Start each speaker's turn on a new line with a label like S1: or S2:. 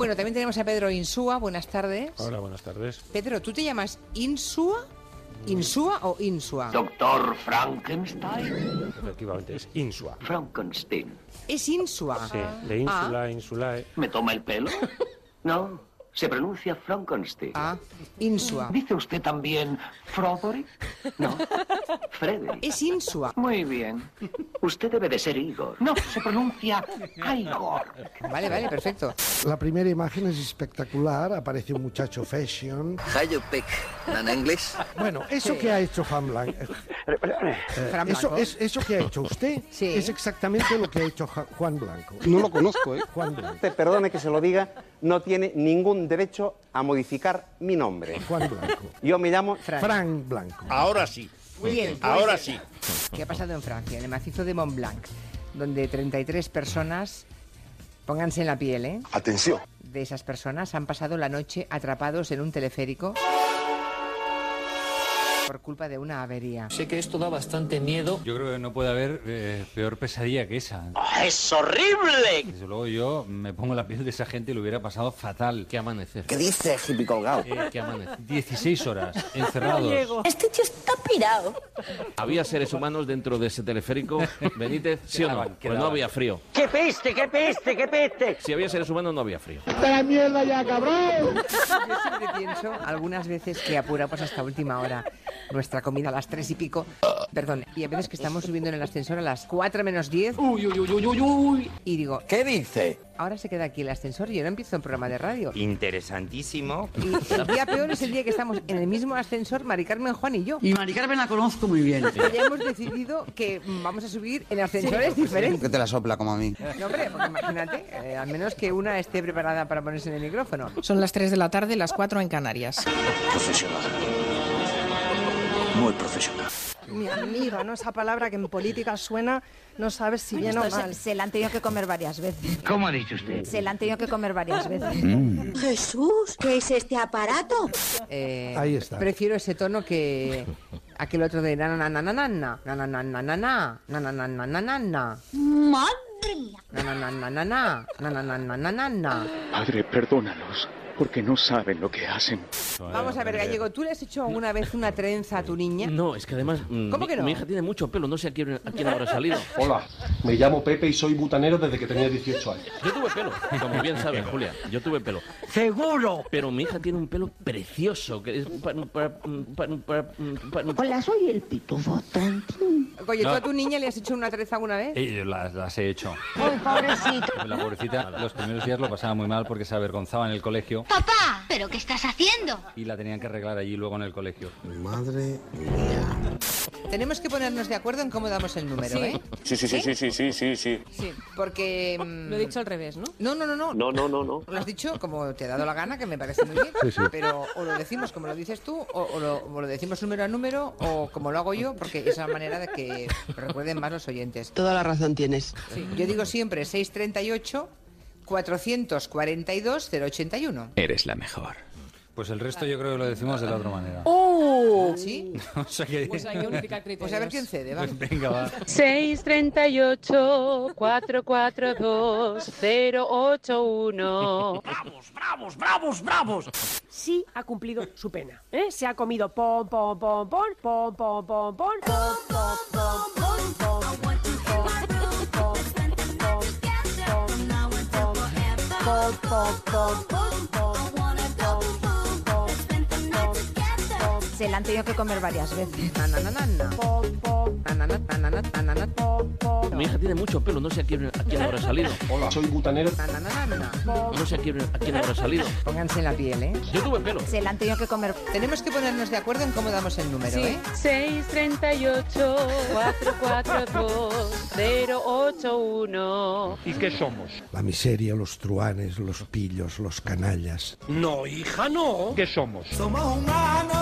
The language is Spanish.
S1: Bueno, también tenemos a Pedro Insúa. Buenas tardes.
S2: Hola, buenas tardes.
S1: Pedro, ¿tú te llamas Insúa? ¿Insúa o Insua?
S3: Doctor Frankenstein.
S2: Efectivamente, es Insua.
S3: Frankenstein.
S1: Es Insua.
S2: Sí, de ínsula, insulae.
S3: ¿Me toma el pelo? No, se pronuncia Frankenstein.
S1: Ah, Insua.
S3: ¿Dice usted también Froderick? No, Frederick.
S1: Es Insua.
S3: Muy bien. Usted debe de ser Igor. No, se pronuncia Igor.
S1: Vale, vale, perfecto.
S4: La primera imagen es espectacular, aparece un muchacho fashion.
S5: How you pick an English?
S4: Bueno, eso que ha hecho Fran Blanc- eh,
S1: Fran
S4: eso,
S1: Blanco.
S4: es, eso que ha hecho usted
S1: Sí.
S4: es exactamente lo que ha hecho Ja- Juan Blanco.
S6: No lo conozco, ¿eh?
S4: Juan Blanco.
S6: Te perdone que se lo diga, no tiene ningún derecho a modificar mi nombre.
S4: Juan Blanco.
S6: Yo me llamo
S4: Fran Blanco.
S7: Ahora sí.
S1: Muy bien.
S7: Ahora sí.
S1: Pues, ¿Qué ha pasado en Francia? En el macizo de Mont Blanc, donde 33 personas, pónganse en la piel, ¿eh?
S8: Atención.
S1: De esas personas han pasado la noche atrapados en un teleférico por culpa de una avería.
S9: Sé que esto da bastante miedo.
S10: Yo creo que no puede haber eh, peor pesadilla que esa.
S3: Ah, ¡Es horrible!
S10: Desde luego yo me pongo la piel de esa gente y lo hubiera pasado fatal.
S9: Que amanecer.
S5: ¿Qué dices, hippie colgado?
S9: Eh, que amanecer.
S10: 16 horas encerrados.
S11: Este tío está pirado.
S9: ¿Había seres humanos dentro de ese teleférico, Benítez? ¿Sí o no?
S10: Quedaban,
S9: Pues no
S10: quedaban.
S9: había frío.
S3: ¡Qué peste, qué peste, qué peste!
S9: Si había seres humanos, no había frío.
S1: Yo siempre pienso algunas veces que apuramos hasta última hora nuestra comida a las tres y pico. Perdón, y a veces que estamos subiendo en el ascensor a las 4 menos 10. Uy, uy, uy, uy, uy. Y digo,
S5: ¿Qué dice?
S1: ahora se queda aquí el ascensor y yo no empiezo un programa de radio.
S7: Interesantísimo.
S1: Y el día peor es el día que estamos en el mismo ascensor, Mari Carmen, Juan y yo.
S11: Y Mari Carmen la conozco muy bien.
S1: Y ya hemos decidido que mm, vamos a subir en ascensores diferentes.
S5: Que te la sopla como a mí.
S1: No, hombre, porque imagínate, eh, al menos que una esté preparada para ponerse en el micrófono.
S11: Son las 3 de la tarde, las 4 en Canarias.
S8: Profesional. Muy profesional.
S11: Mi amiga, ¿no? Esa palabra que en política suena, no sabes si bien o mal.
S1: Se la han tenido que comer varias veces.
S3: ¿Cómo ha dicho usted?
S1: Se la han tenido que comer varias veces.
S11: Jesús, ¿qué es este aparato?
S4: Ahí está.
S1: Prefiero ese tono que aquel otro de na na na na na na na na na na na na na na na na na na
S11: Madre mía.
S1: na na na na na na na na na na na na.
S8: Padre, perdónalos, porque no saben lo que hacen.
S1: Vamos a ver, Gallego, ¿tú le has hecho alguna vez una trenza a tu niña?
S9: No, es que además mm,
S1: ¿Cómo
S9: mi,
S1: que no?
S9: mi hija tiene mucho pelo, no sé a quién, a quién habrá salido.
S6: Hola, me llamo Pepe y soy butanero desde que tenía 18 años.
S9: Yo tuve pelo, como bien sabes, Julia, yo tuve pelo.
S3: ¡Seguro!
S9: Pero mi hija tiene un pelo precioso, que es para... para, para, para- para-
S11: Hola, soy el pitufo tontín.
S1: Oye, ¿tú
S10: No.
S1: a tu niña le has hecho una trenza alguna vez?
S10: Y yo Eh, las, las he hecho.
S11: Ay, pobrecito.
S10: La pobrecita los primeros días lo pasaba muy mal porque se avergonzaba en el colegio
S11: Papá, Ah, ¿pero qué estás haciendo?
S10: y la tenían que arreglar allí luego en el colegio.
S5: Madre.
S1: Tenemos que ponernos de acuerdo en cómo damos el número, ¿eh?
S7: Sí, sí, sí, sí, sí, sí, sí, sí.
S1: Sí. Porque... mm,
S11: Lo he dicho al revés, ¿no?
S1: No, no, no, no.
S7: No, no, no, no.
S1: Lo has dicho como te ha dado la gana, que me parece muy bien.
S4: Sí, sí.
S1: Pero o lo decimos como lo dices tú, o, o lo, o lo decimos número a número, o como lo hago yo, porque es la manera de que lo recuerden más los oyentes.
S11: Toda la razón tienes.
S1: Yo digo siempre 638 442 081.
S9: Eres la mejor.
S10: Pues el resto yo creo que lo decimos de la otra manera.
S9: Oh.
S1: ¿Sí?
S10: O sea que...
S1: Pues a ver quién cede, va.
S10: Venga, va.
S11: 638 442 081
S3: ¡Bravos, bravos, bravos, bravos!
S11: Sí ha cumplido su pena. ¿eh? Se ha comido pom, pom, pom, pom, pom, pom, pom, pom.
S1: Se la han tenido que comer varias veces. Na, na, na, na, na. Na, na, na, na, na, na, na, na.
S9: Mi hija tiene mucho pelo, no sé a quién, a quién habrá salido.
S6: Hola, soy butanero.
S1: Na, na, na, na, na.
S9: No sé a quién, a quién habrá salido.
S1: Pónganse en la piel, ¿eh?
S9: Yo tuve pelo.
S1: Se la han tenido que comer. Tenemos que ponernos de acuerdo en cómo damos el número, ¿eh?
S11: 638 442 081
S7: ¿Y qué somos?
S4: La miseria, los truanes, los pillos, los canallas.
S7: No, hija, no. ¿Qué somos?
S8: Somos humanos.